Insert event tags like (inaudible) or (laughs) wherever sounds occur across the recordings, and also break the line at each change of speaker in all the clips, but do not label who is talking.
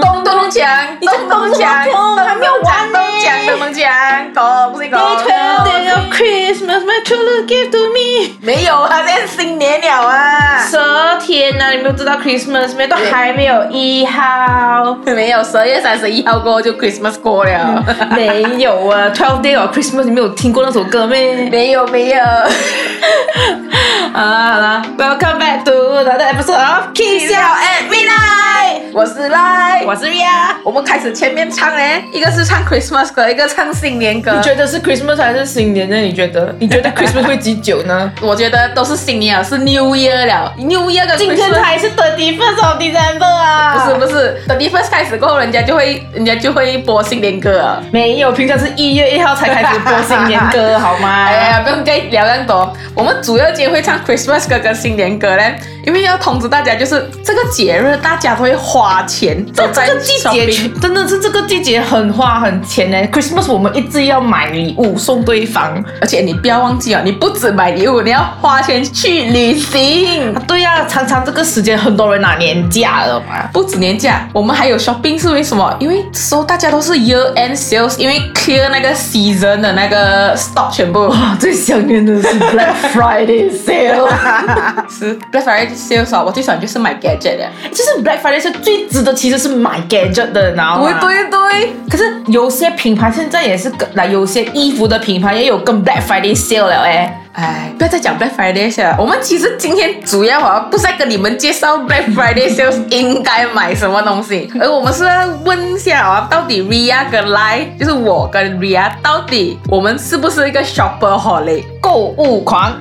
讲，咚咚讲，
啊
咚咚讲，咚讲，咚咚讲，咚这个。
Day of Christmas, my true love gave to me。
没有啊，这是新年了啊。
蛇天呐、你们都知道 Christmas 没？都还没有一 (laughs) 号，
没有，十二月三十一号过后就 Christmas 过了。
没有啊。Twelve Day of Christmas，你没有听过那首歌没？
没有没有。
好啦好啦，Welcome back to another episode of Kiss
笑 at midnight，我是赖，
我是 Ria。
我们开始前面唱嘞，一个是唱 Christmas 歌，一个唱新年歌
你。觉得是 Christmas 还是新年呢？你觉得？你觉得 Christmas 会几久呢？
我觉得都是新年了，是 New Year 了，New Year 跟 Christmas
是 thirty first of December 啊
不是不是，等 i r first 开始过后，人家就会人家就会播新年歌啊了。
没有，平常是一月一号才开始播新年歌，好吗？ (laughs)
哎呀，不用再聊那么多。我们主要今天会唱 Christmas 歌跟新年歌嘞，因为要通知大家，就是这个节日大家都会花钱，
这
都在
这个季
shopping
节真的是这个季节很花很钱呢。Christmas 我们一直要买礼物送对方。
而且你不要忘记哦，你不止买礼物，你要花钱去旅行
啊。对呀、常常这个时间很多人拿年假了嘛。
不止年假，我们还有 shopping 是为什么？因为这时候大家都是 year end sales，因为 clear 那个 season 的那个 stock 全
(laughs)
部。
哇， (laughs) 最想念的是 Black Friday sale，
是 Black Friday sales 啊，我最喜欢就是买 gadget 的。
(laughs) 就是 Black Friday 是最值得，其实是买 gadget 的，然后
对对对，
可是有些品牌现在也是跟，那有些衣服的品牌也有跟 Black Friday sale 了哎。
哎，不要再讲 Black Friday sales 了。我们其实今天主要啊，不是在跟你们介绍 Black Friday sales 应该买什么东西，而我们是要问一下啊，到底 Ria 跟 Lai，就是我跟 Ria，到底我们是不是一个 shopper holic？
购物狂，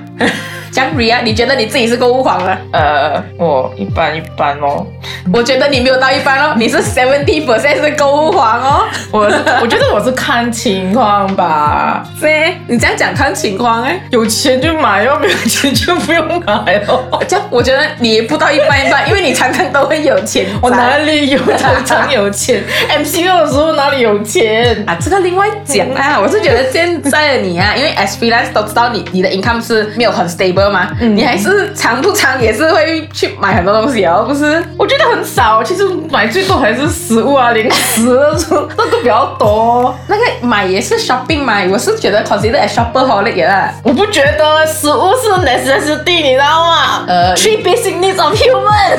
讲 Ria，你觉得你自己是购物狂吗？
呃，我一般一般哦，
我觉得你没有到一般哦，你是 seventy percent 是购物狂哦。
我我觉得我是看情况吧，
对，你这样讲看情况哎。
有钱就买哦，没有钱就不用买哦。
这样我觉得你不到一般一般，因为你常常都会有钱赚。
我哪里有常常有钱？MCO 的时候哪里有钱？
啊，这个另外讲啊，我是觉得现在的你啊，因为 as freelance 都知道你你的 income 是没有很 stable 嘛，
嗯
你还是长不长也是会去买很多东西哦，不是？
我觉得很少，其实买最多还是食物啊、零食那种，那个比较多。
那个买也是 shopping 嘛，我是觉得 consider as shopaholic 啦。 (laughs)
我不觉得食物是 necessity，你知道吗？
呃
，three basic needs of human。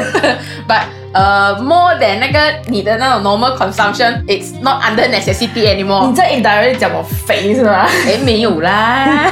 But 呃、m o r e than 那个你的那种 normal consumption，it's not under necessity
你
(laughs) anymore。
在 indirect 讲我肥是吗？ (laughs)
哎，没有啦，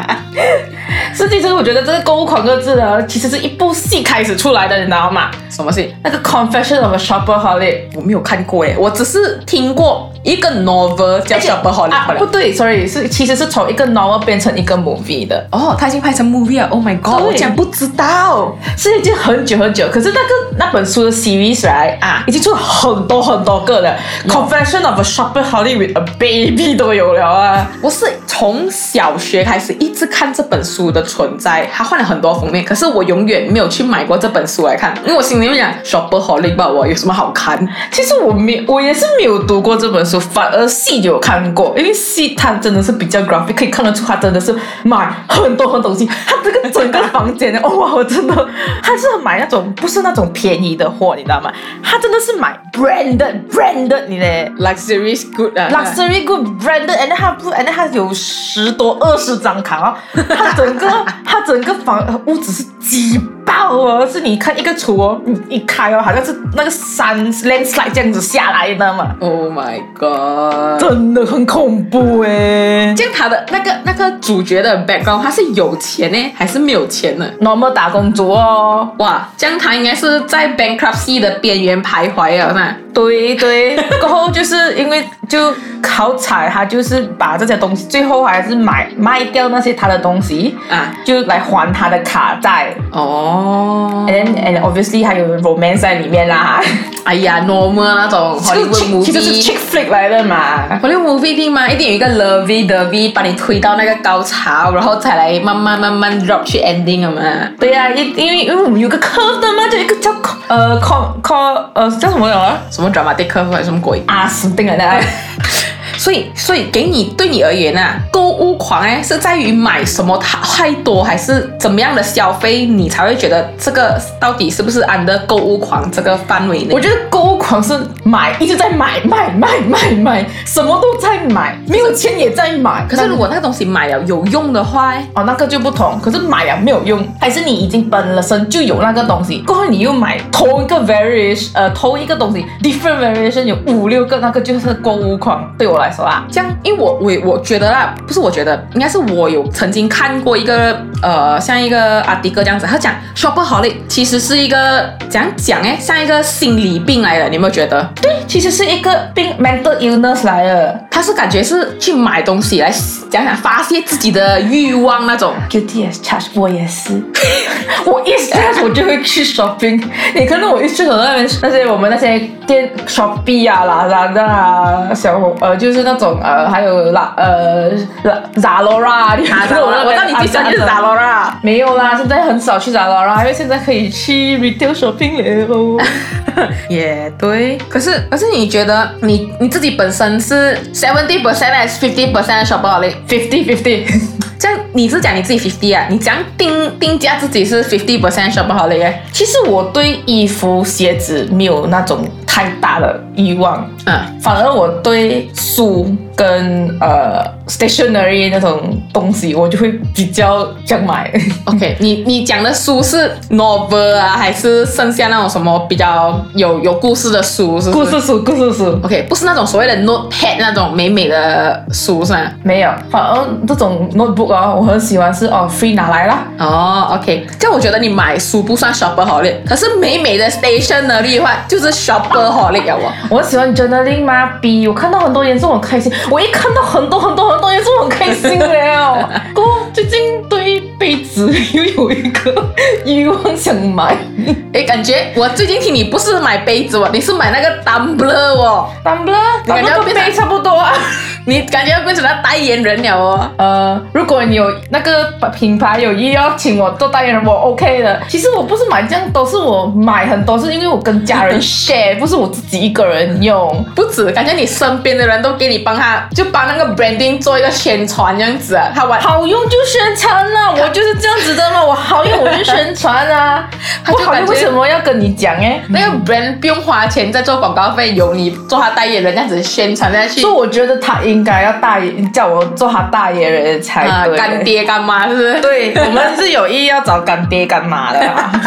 (laughs)
实际上，我觉得这个购物狂热字呢，其实是一部戏开始出来的，你知道吗？
什么事？
那个 Confession of a Shopaholic。
我没有看过哎，我只是听过一个 novel 叫
而且
shopaholic 罢
啊，
了
不对，sorry，是其实是从一个 novel 变成一个 movie 的，
哦，他已经拍成 movie 了。Oh my god！
对
我讲不知道，
是已经很久很久。可是那个那本书的 series right 啊，已经出了很多很多个了、c o n f e s s i o n of a Shopaholic with a Baby 都有了啊。
我是从小学开始一直看这本书的存在，它换了很多封面，可是我永远没有去买过这本书来看，因为我心里面想 shopaholic 吧，我有什么好看？
其实我没，我也是没有读过这本书，反而戏有看过，因为戏它真的是比较 graphic，可以看得出它真的是买很多很多东西，它这个整个房间呢，哦哇，我真的，它是买那种不是那种便宜的货，你知道吗？它真的是买 branded branded 你嘞。
(laughs) Luxury is good 啊
(laughs) luxury good branded，and then 它不，and then 它有十多二十张卡 (laughs) 哦，它整个它整个房屋子是挤爆哦，是你看一个厨哦，你一开哦，好像是那个山 landslide 这样子下来，你知道吗？
Oh my god！
真的很恐怖哎、
这样他的那个那个主角的 background，他是有钱呢，还是没有钱呢？
normal 打工族哦，
哇，这样他应该是在 bankruptcy 的边缘徘徊啊了，那
对对，过后就是因为就好彩，他就是把这些东西最后还是买卖掉那些他的东西，
啊，
就来还他的卡债。
哦
And then, and obviously 还有 romance 在里面啦，
哎呀，normal 那种 Hollywood
其实是
movie。
chick flick 来的嘛。
我那 movie 一定吗？一定有一个 lovey dovey 把你推到那个高潮，然后再来慢慢慢慢 drop 去 ending 了嘛。
对呀、因因为因为我们有个 curve 的嘛，就一个叫呃 call call 呃叫什么来着
什么 dramatic curve 还是什么鬼？
啊，死定了的。
所以，所以给你对你而言啊，购物狂哎，是在于买什么太多，还是怎么样的消费，你才会觉得这个到底是不是 under 购物狂这个范围内
我？觉得购物狂是买，一直在买买买买买，什么都在买，没有钱也在买。
可是如果那个东西买了有用的话诶，
哦，那个就不同。可是买啊呀没有用，还是你已经本了身就有那个东西，过后你又买同一个 variation，呃，同一个东西 different variation 有五六个，那个就是购物狂。对我来说啊啦，
这样，因为我我我觉得啦，不是我觉得，应该是我有曾经看过一个呃，像一个阿迪哥这样子，他讲 shopaholic 其实是一个怎样讲哎，像一个心理病来的，你有没有觉得？
对，其实是一个病 mental illness 来的
他是感觉是去买东西来讲讲发泄自己的欲望那种。
，guilty as charged，我也是。 (laughs) 我一 stress 我就会去 shopping，你看到我一 stress 我那边那些我们那些店 shopping 啊、啦啦啦、小红呃，就是那种呃，还有啦呃啦 Zalora，啊你
啊
看 (laughs) 到我那
我
边
到你最喜欢就是 Zalora。
(laughs) 没有啦，现在很少去 Zalora，因为现在可以去 retail shopping 了。
也对，可是可是你觉得你你自己本身是 seventy percent 还是 fifty percent shopaholic？
Fifty fifty，
这样你是讲你自己 fifty 啊？你怎样定定价自己是 fifty percent shopaholic？欸
(laughs) 其实我对衣服、鞋子没有那种太大的欲望，
嗯，
反而我对书跟呃 stationery 那种东西，我就会比较想 (laughs) 买。
OK，你你讲的书是 novel 啊，还是剩下那种什么比较有有故事的书？是不
故
是
事书，故事书
OK，不是那种所谓的 notepad 那种美美的书是吧？
没有，反而这种 notebook 啊，我很喜欢是哦 free 拿来啦。
哦，OK，这样我觉得你买书不算 shopaholic，可是美美的 stationery 的话就是 shopaholic 啊我。
我喜欢 journaling 吗？比我看到很多颜色我很开心，我一看到很多很多很多颜色我很开心了。不过最近对杯子又有一个欲望想买，
诶，感觉我最近听你不是买杯子哦，你是买那个 tumbler 哦，
当不啦，
你感觉
那
变
个
成
杯差不多啊。
你感觉要变成那代言人了哦。
呃，如果你有那个品牌有意要请我做代言人，我 OK 的。其实我不是买这样多，是我买很多，是因为我跟家人 share，不是我自己一个人用。
不止，感觉你身边的人都给你帮他，就帮那个 branding 做一个宣传这样子啊。他玩，
好用就宣传啦、我就是这样子的嘛，我好用我就宣传啊，
(laughs) 他
不
就
好
感
用
觉嗯
为什么要跟你讲哎、
那个 brand 不用花钱在做广告费，由你做他代言人这样子宣传下去
所以。我觉得他应该要大爷，叫我做他大爷人才
啊、
对。
干爹干妈是不是？
对，我们是有意要找干爹干妈的啦。 (laughs)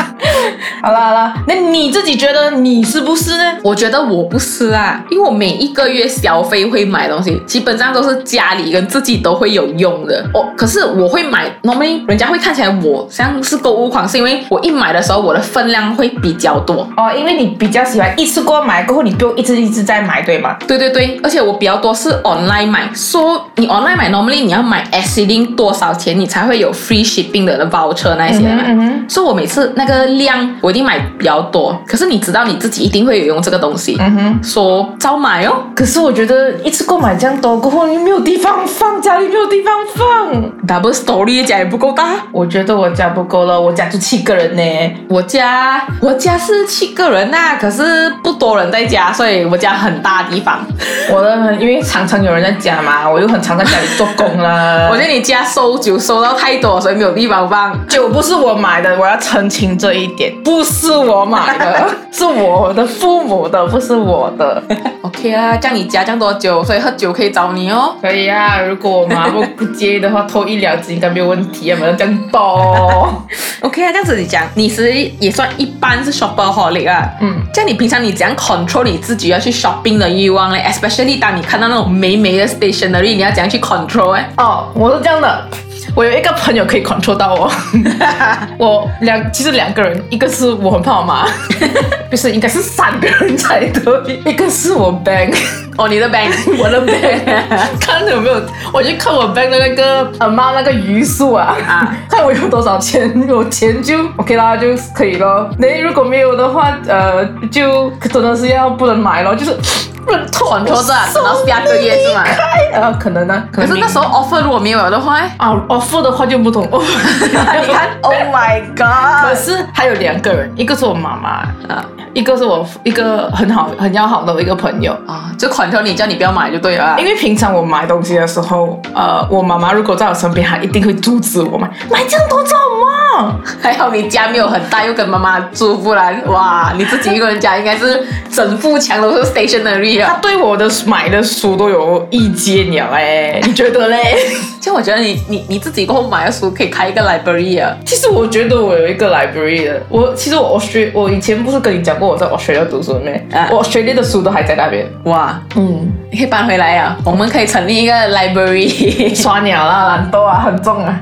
好啦好啦，那你自己觉得你是不是呢？
我觉得我不是啊，因为我每一个月消费会买东西，基本上都是家里跟自己都会有用的。我可是我会买，normally 人家会看起来我像是购物狂，是因为我一买的时候我的分量会比较多。
哦，因为你比较喜欢一次过买，过后你不用一直一直在买，对吗？
对对对，而且我比较多是 online 买，说、你 online 买 normally 你要买 exceeding 多少钱，你才会有 free shipping 的 voucher 那一些的嘛。
嗯哼，
所以我每次那个量我一定买比较多，可是你知道你自己一定会有用这个东西，
嗯哼。
说早买哦。
可是我觉得一次购买这样多，过后你没有地方放，家里没有地方放。
double story 家也不够大，
我觉得我家不够了，我家就七个人呢。
我家我家是七个人呐、可是不多人在家，所以我家很大地方。
我的因为常常有人在家嘛，我又很常在家里做工啦。
我觉得你家收酒收到太多，所以没有地方放。
酒不是我买的，我要澄清这一点，不是我买 (laughs) 的，是我的父母的，不是我的。
OK 啦，像你家这样多酒，所以喝酒可以找你哦。
可以啊，如果我妈不不介意的话，偷一两支应该没有问题啊，没有这样多。
OK 啊，这样子你讲，你其实也算一般是 shopaholic 啊。
嗯，
像你平常你怎样 control 你自己要去 shopping 的欲望嘞？especially 当你看到那种美美的 stationery，你要怎样去 control 哎、
哦，我是这样的，我有一个朋友可以 control 到
(laughs)
我，我两其实两个人，一个是我很怕我
(laughs)
妈，不是应该是三个人才对，一个是我 bank，
哦，你的 bank，
我的
(laughs)
bank，看有没有，我就看我 bank 的那个 amount 那个余数啊，
啊
看我有多少钱，有钱就 OK 啦，就可以咯。那如果没有的话，呃，就真的是要不能买咯，就是。认错，
control 着啊等到下个月
(laughs)
是吗
开呃，可能呢，
可是那时
候
候 offer 如果没有了的话，
(laughs)
哎
啊，offer 的话就不同。哦
你
(laughs)
(laughs) 看，Oh my
可
God！
是还有两个人，一个是我妈妈，
啊
一个是我一个很好很要好的一个朋友。
啊，就 control 你，叫你不要买就对了啊。
因为平常我买东西的时候，呃，我妈妈如果在我身边，她一定会阻止我买，买这样多做什么？
还好你家没有很大，又跟妈妈住，不然哇，你自己一个人家应该是整副墙都是 stationery
她
啊。
对我的买的书都有意见了哎、 (laughs) 你 (laughs) 觉得嘞？
其实我觉得你你你自己过后买的书可以开一个 library 啊。
其实我觉得我有一个 library 的，我其实我 Austria，我以前不是跟你讲过我在 Australia 读书咩？
啊
我 Australia 的书都还在那边。
哇，
嗯，
你可以搬回来啊，我们可以成立一个 library。 (laughs)
刷鸟啦，懒惰啊，很重啊。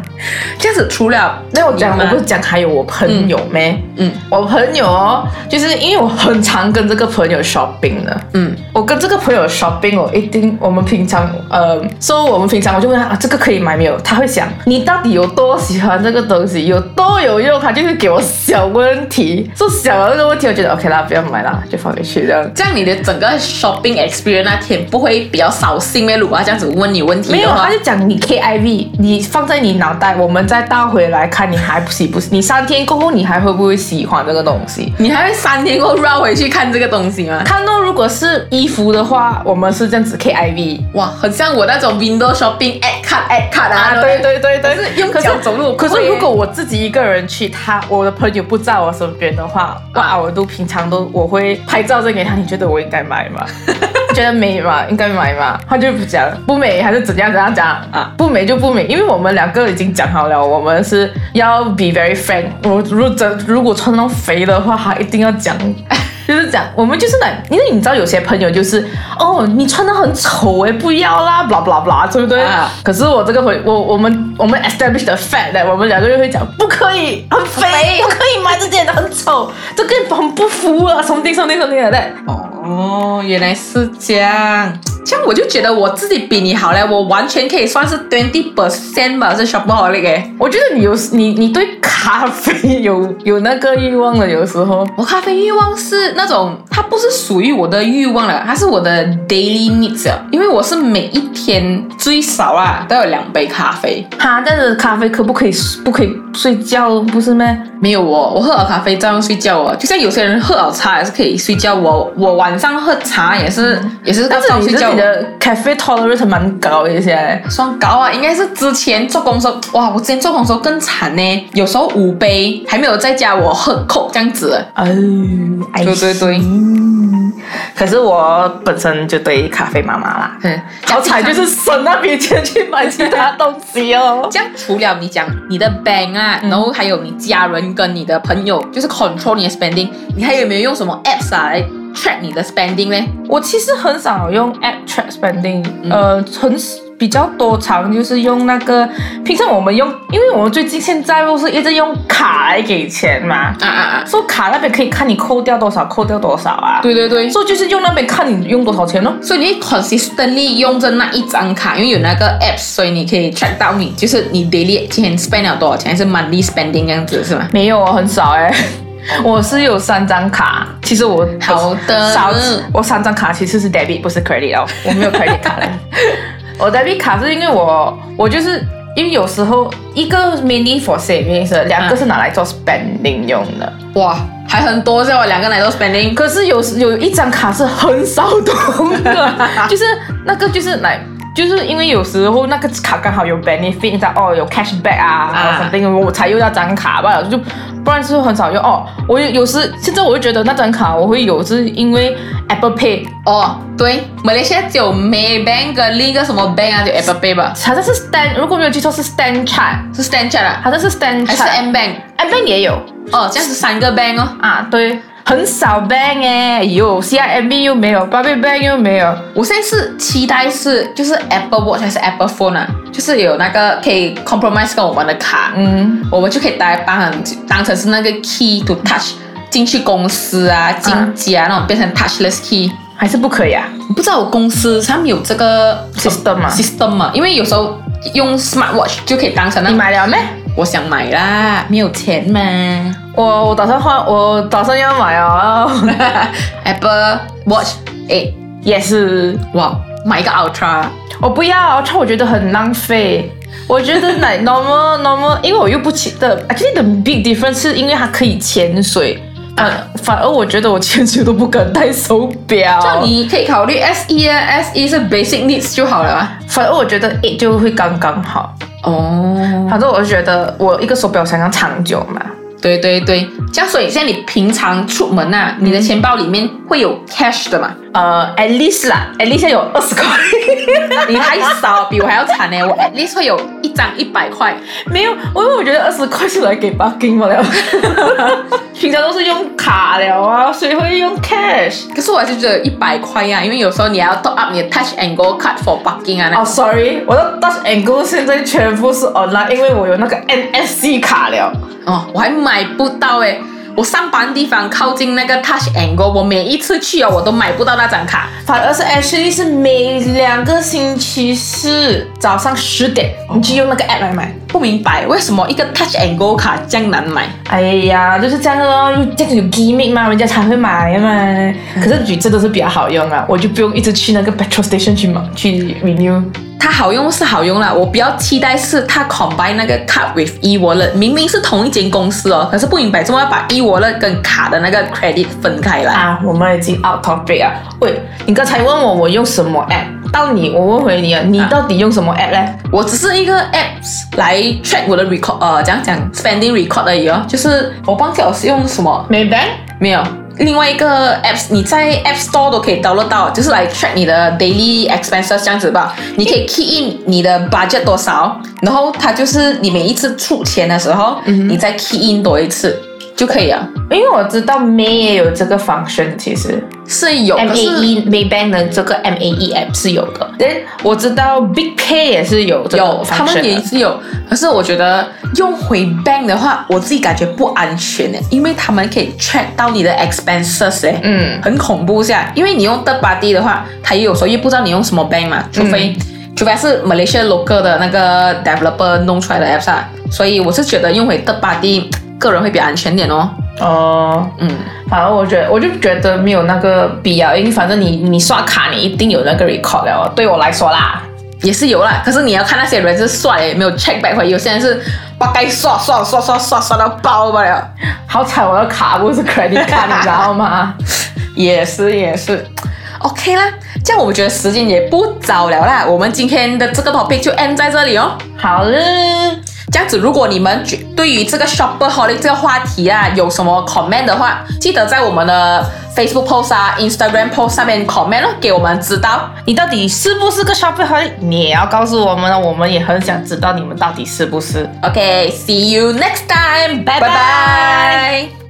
这样子除了
那我讲，
你
我
吗
不是讲还有我朋友咩？
嗯
我朋友哦，就是因为我很常跟这个朋友 shopping 的。
嗯
我跟这个朋友 shopping，我一定我们平常呃，说、我们平常我就问他、啊、这个可以买没有，他会想你到底有多喜欢这个东西，有多有用，他就是给我小问题，说小的那个问题，我觉得 OK 啦，不要买啦，就放回去这样。
这样你的整个 shopping experience 那天不会比较扫兴咩？如果他这样子问你问题
没有，啊
的话
他就讲你 KIV，你放在你脑袋，我们再倒回来看你还喜不喜，你三天过后你还会不会喜欢这个东西？
你还会三天后绕回去看这个东西吗？
看到如果是衣服的话，我们是这样子 KIV，
哇，很像我那种 window shopping add card add card 啊，
啊，对对对对，
可是用脚走路
可
不
是
会耶
如果我自己一个人去，他我的朋友不在我身边的话，哇，我都平常都我会拍照证给他，你觉得我应该买
(laughs)
吗？觉得美嘛，应该买嘛，他就不讲不美还是怎样怎样怎样啊，不美就不美，因为我们两个已经讲好了，我们是要 be very frank。我如真如果穿那种肥的话，他一定要
(laughs)
讲，就是讲我们就是来，因为你知道有些朋友就是哦，你穿的很丑哎、不要啦，blah blah blah，对不对？
啊
可是我这个朋我我们我们 establish the fact that 我们两个就会讲不可以，很肥，不可以买这件的，很丑，这个很不服啊，什么地什么地什么地的。
哦，原来是这样。像我就觉得我自己比你好嘞，我完全可以算是 twenty percent 吧，是 shopaholic 哎。
我觉得你有你你对咖啡有有那个欲望了，有时候
我咖啡欲望是那种，它不是属于我的欲望了，它是我的 daily needs 了。因为我是每一天最少啊都有两杯咖啡，
哈，但是咖啡可不可以不可以睡觉，不是咩？
没有哦，我喝了咖啡照样睡觉哦。就像有些人喝了茶也是可以睡觉，我我晚上喝茶也是也是
嗯但是
照样
你
睡
自
觉
己
哦。
的 cafe tolerance 蛮高一些，
双高啊，应该是之前做工的时候，哇，我之前做工的时候更惨呢，有时候五杯还没有在家我喝扣这样子。
哎，
对对对，
嗯可是我本身就对咖啡麻麻啦，
嗯，
好彩就是省那笔钱去买其他东西哦。
这样，除了你讲你的 bank 啊，
嗯
然后还有你家人跟你的朋友，就是 control 你的 spending，你还有没有用什么 apps 啊来 track 你的 spending 呢？
(laughs) 我其实很少用 app track spending，、呃，很比较多常就是用那个，平常我们用，因为我们最近现在不是一直用卡来给钱嘛，
啊啊啊！
说卡那边可以看你扣掉多少，扣掉多少啊，
对对对，
所以就是用那边看你用多少钱咯。
所以你 consistently 用着那一张卡，因为有那个 app，所以你可以 track 到你就是你 daily 今天 spend 了多少钱，还是 monthly spending 这样子是吗？
(laughs) 没有，哦，很少哎、我是有三张卡，其实我
好的
少，我三张卡其实是 debit 不是 credit 哦，我没有 credit 卡嘞。 (laughs) 我 debit 卡是因为我我就是因为有时候一个 mainly for savings，两个是拿来做 spending 用的。
哇，还很多是吧？两个奶都 spending，
可是有时有一张卡是很少动 (laughs) 的，就是那个就是来。就是因为有时候那个卡刚好有 benefit，你知道哦，有 cashback 啊，
啊
啊 something，我才用那张卡吧，就不然是很少用哦。我有有时现在我就觉得那张卡我会有，是因为 Apple Pay，
哦，对，马来西亚只有 Maybank 跟另一个什么 bank 啊，就 Apple Pay 吧，
好像是 Stan，如果没有记错是 Stan Chart，
是 Standard 啊，
好像是 Stan
还是
Chart，
M Bank？
M Bank 也有
哦，这样是三个 bank 哦。
啊，对，很少 Bank 哎，有 CIMB 又没有 b a r b i Bank 又没有，
我现在是期待是就是 Apple Watch 还是 Apple Phone 啊，就是有那个可以 compromise 跟我们的卡，
嗯。
我们就可以当当成当成是那个 key to touch 进去公司啊、进家、那种变成 touchless key。
还是不可以啊？
不知道我公司他们有这个
System 啊
system 嘛？因为有时候用 smart watch 就可以当成那
你
个，
买了没？
我想买啦，没有钱 (laughs) 嘛。
我我打算换，我打算要买啊！
Apple Watch 8也是哇，买一个 Ultra，
我不要，超我觉得很浪费。我觉得 (laughs) like normal normal，因为我又不骑的，actually the big difference 是因为它可以潜水，
(laughs)
反反而我觉得我潜水都不敢戴手表。
那你可以考虑 S E 啊，S E 是 Basic Needs 就好了啊。
反而我觉得 eight 就会刚刚好。
嗯哦，
反正我就觉得我一个手表想要长久嘛，
对对对，这样所以现在你平常出门啊，你的钱包里面会有 cash 的嘛？
呃，at least 啦，at least 要有二十块。
(laughs) 你还少，比我还要惨呢、我 at least 会有一张一百块，
没有，我因为我觉得二十块是来给 bargain 嘛了，平常都是用卡了啊，谁会用 cash？
可是我还是觉得一百块啊呀、因为有时候你还要 top up 你的 Touch and Go card for parking 啊。那
哦、s o r r y 我的 Dutch and Go 现在全部是 online，因为我有那个 NFC 卡了。
哦，我还买不到哎、我上班地方靠近那个 Touch and Go，我每一次去哦，我都买不到那张卡。
反而是 actually 是每两个星期四早上十点，你去用那个 app 来买。
不明白为什么一个 Touch and Go 卡这样难买？
哎呀，就是这样咯，又这样子有 gimmick 嘛，人家才会买嘛。可是举这都是比较好用啊，我就不用一直去那个 petrol station 去买去 renew。
它好用是好用啦，我比较期待是它 combine 那个 card with e wallet，明明是同一间公司哦，可是不明白怎么要把 e wallet 跟卡的那个 credit 分开来。
啊，我们已经 out topic 啊。喂，你刚才问我我用什么 app，到你我问回你啊，你到底用什么 app 嘞？
我只是一个 apps 来 track 我的 record，呃，讲讲 spending record 而已哦，就是我忘记我是用什么，
美 bank
没有。另外一个 apps 你在 App Store 都可以 download 到，就是来 track 你的 daily expenses 这样子吧。你可以 key in 你的 budget 多少，然后它就是你每一次出钱的时候，你再 key in 多一次就可以了。
因为我知道 May 也有这个 function，其实
是有，
M
可
A
是
E Maybank 的这个 M A E app 是有的。但我知道 Big Pay 也是有这个
有，他
function
们
的
也是有。可是我觉得用回 bank 的话，我自己感觉不安全的，因为他们可以 track 到你的 expenses 哎，
嗯，
很恐怖下。因为你用 third party 的话，他也有时候又不知道你用什么 bank 嘛，除非、除非是 Malaysia local 的那个 developer 弄出来的 apps 啊。所以我是觉得用回 third party 个人会比较安全点哦。
哦。
嗯，
反而我觉得，我就觉得没有那个必要，因为反正你你刷卡，你一定有那个 record 了哦。对我来说啦，
也是有啦。可是你要看那些人是刷了没有 check back 回，有些人是把该刷刷刷刷刷刷到爆罢了。
好彩我的卡不是 credit card，你知道 (laughs) 吗？
也是也是。OK 啦，这样我们觉得时间也不早了啦，我们今天的这个 topic 就 end 在这里哦。
好了，
这样子，如果你们觉对于这个 shopper holic 这个话题啊有什么 comment 的话，记得在我们的 Facebook post 啊、Instagram post 上面 comment 哦，给我们知道。
你到底是不是个消费者？你也要告诉我们哦，我们也很想知道你们到底是不是。
OK，see、you next time，拜
拜
拜。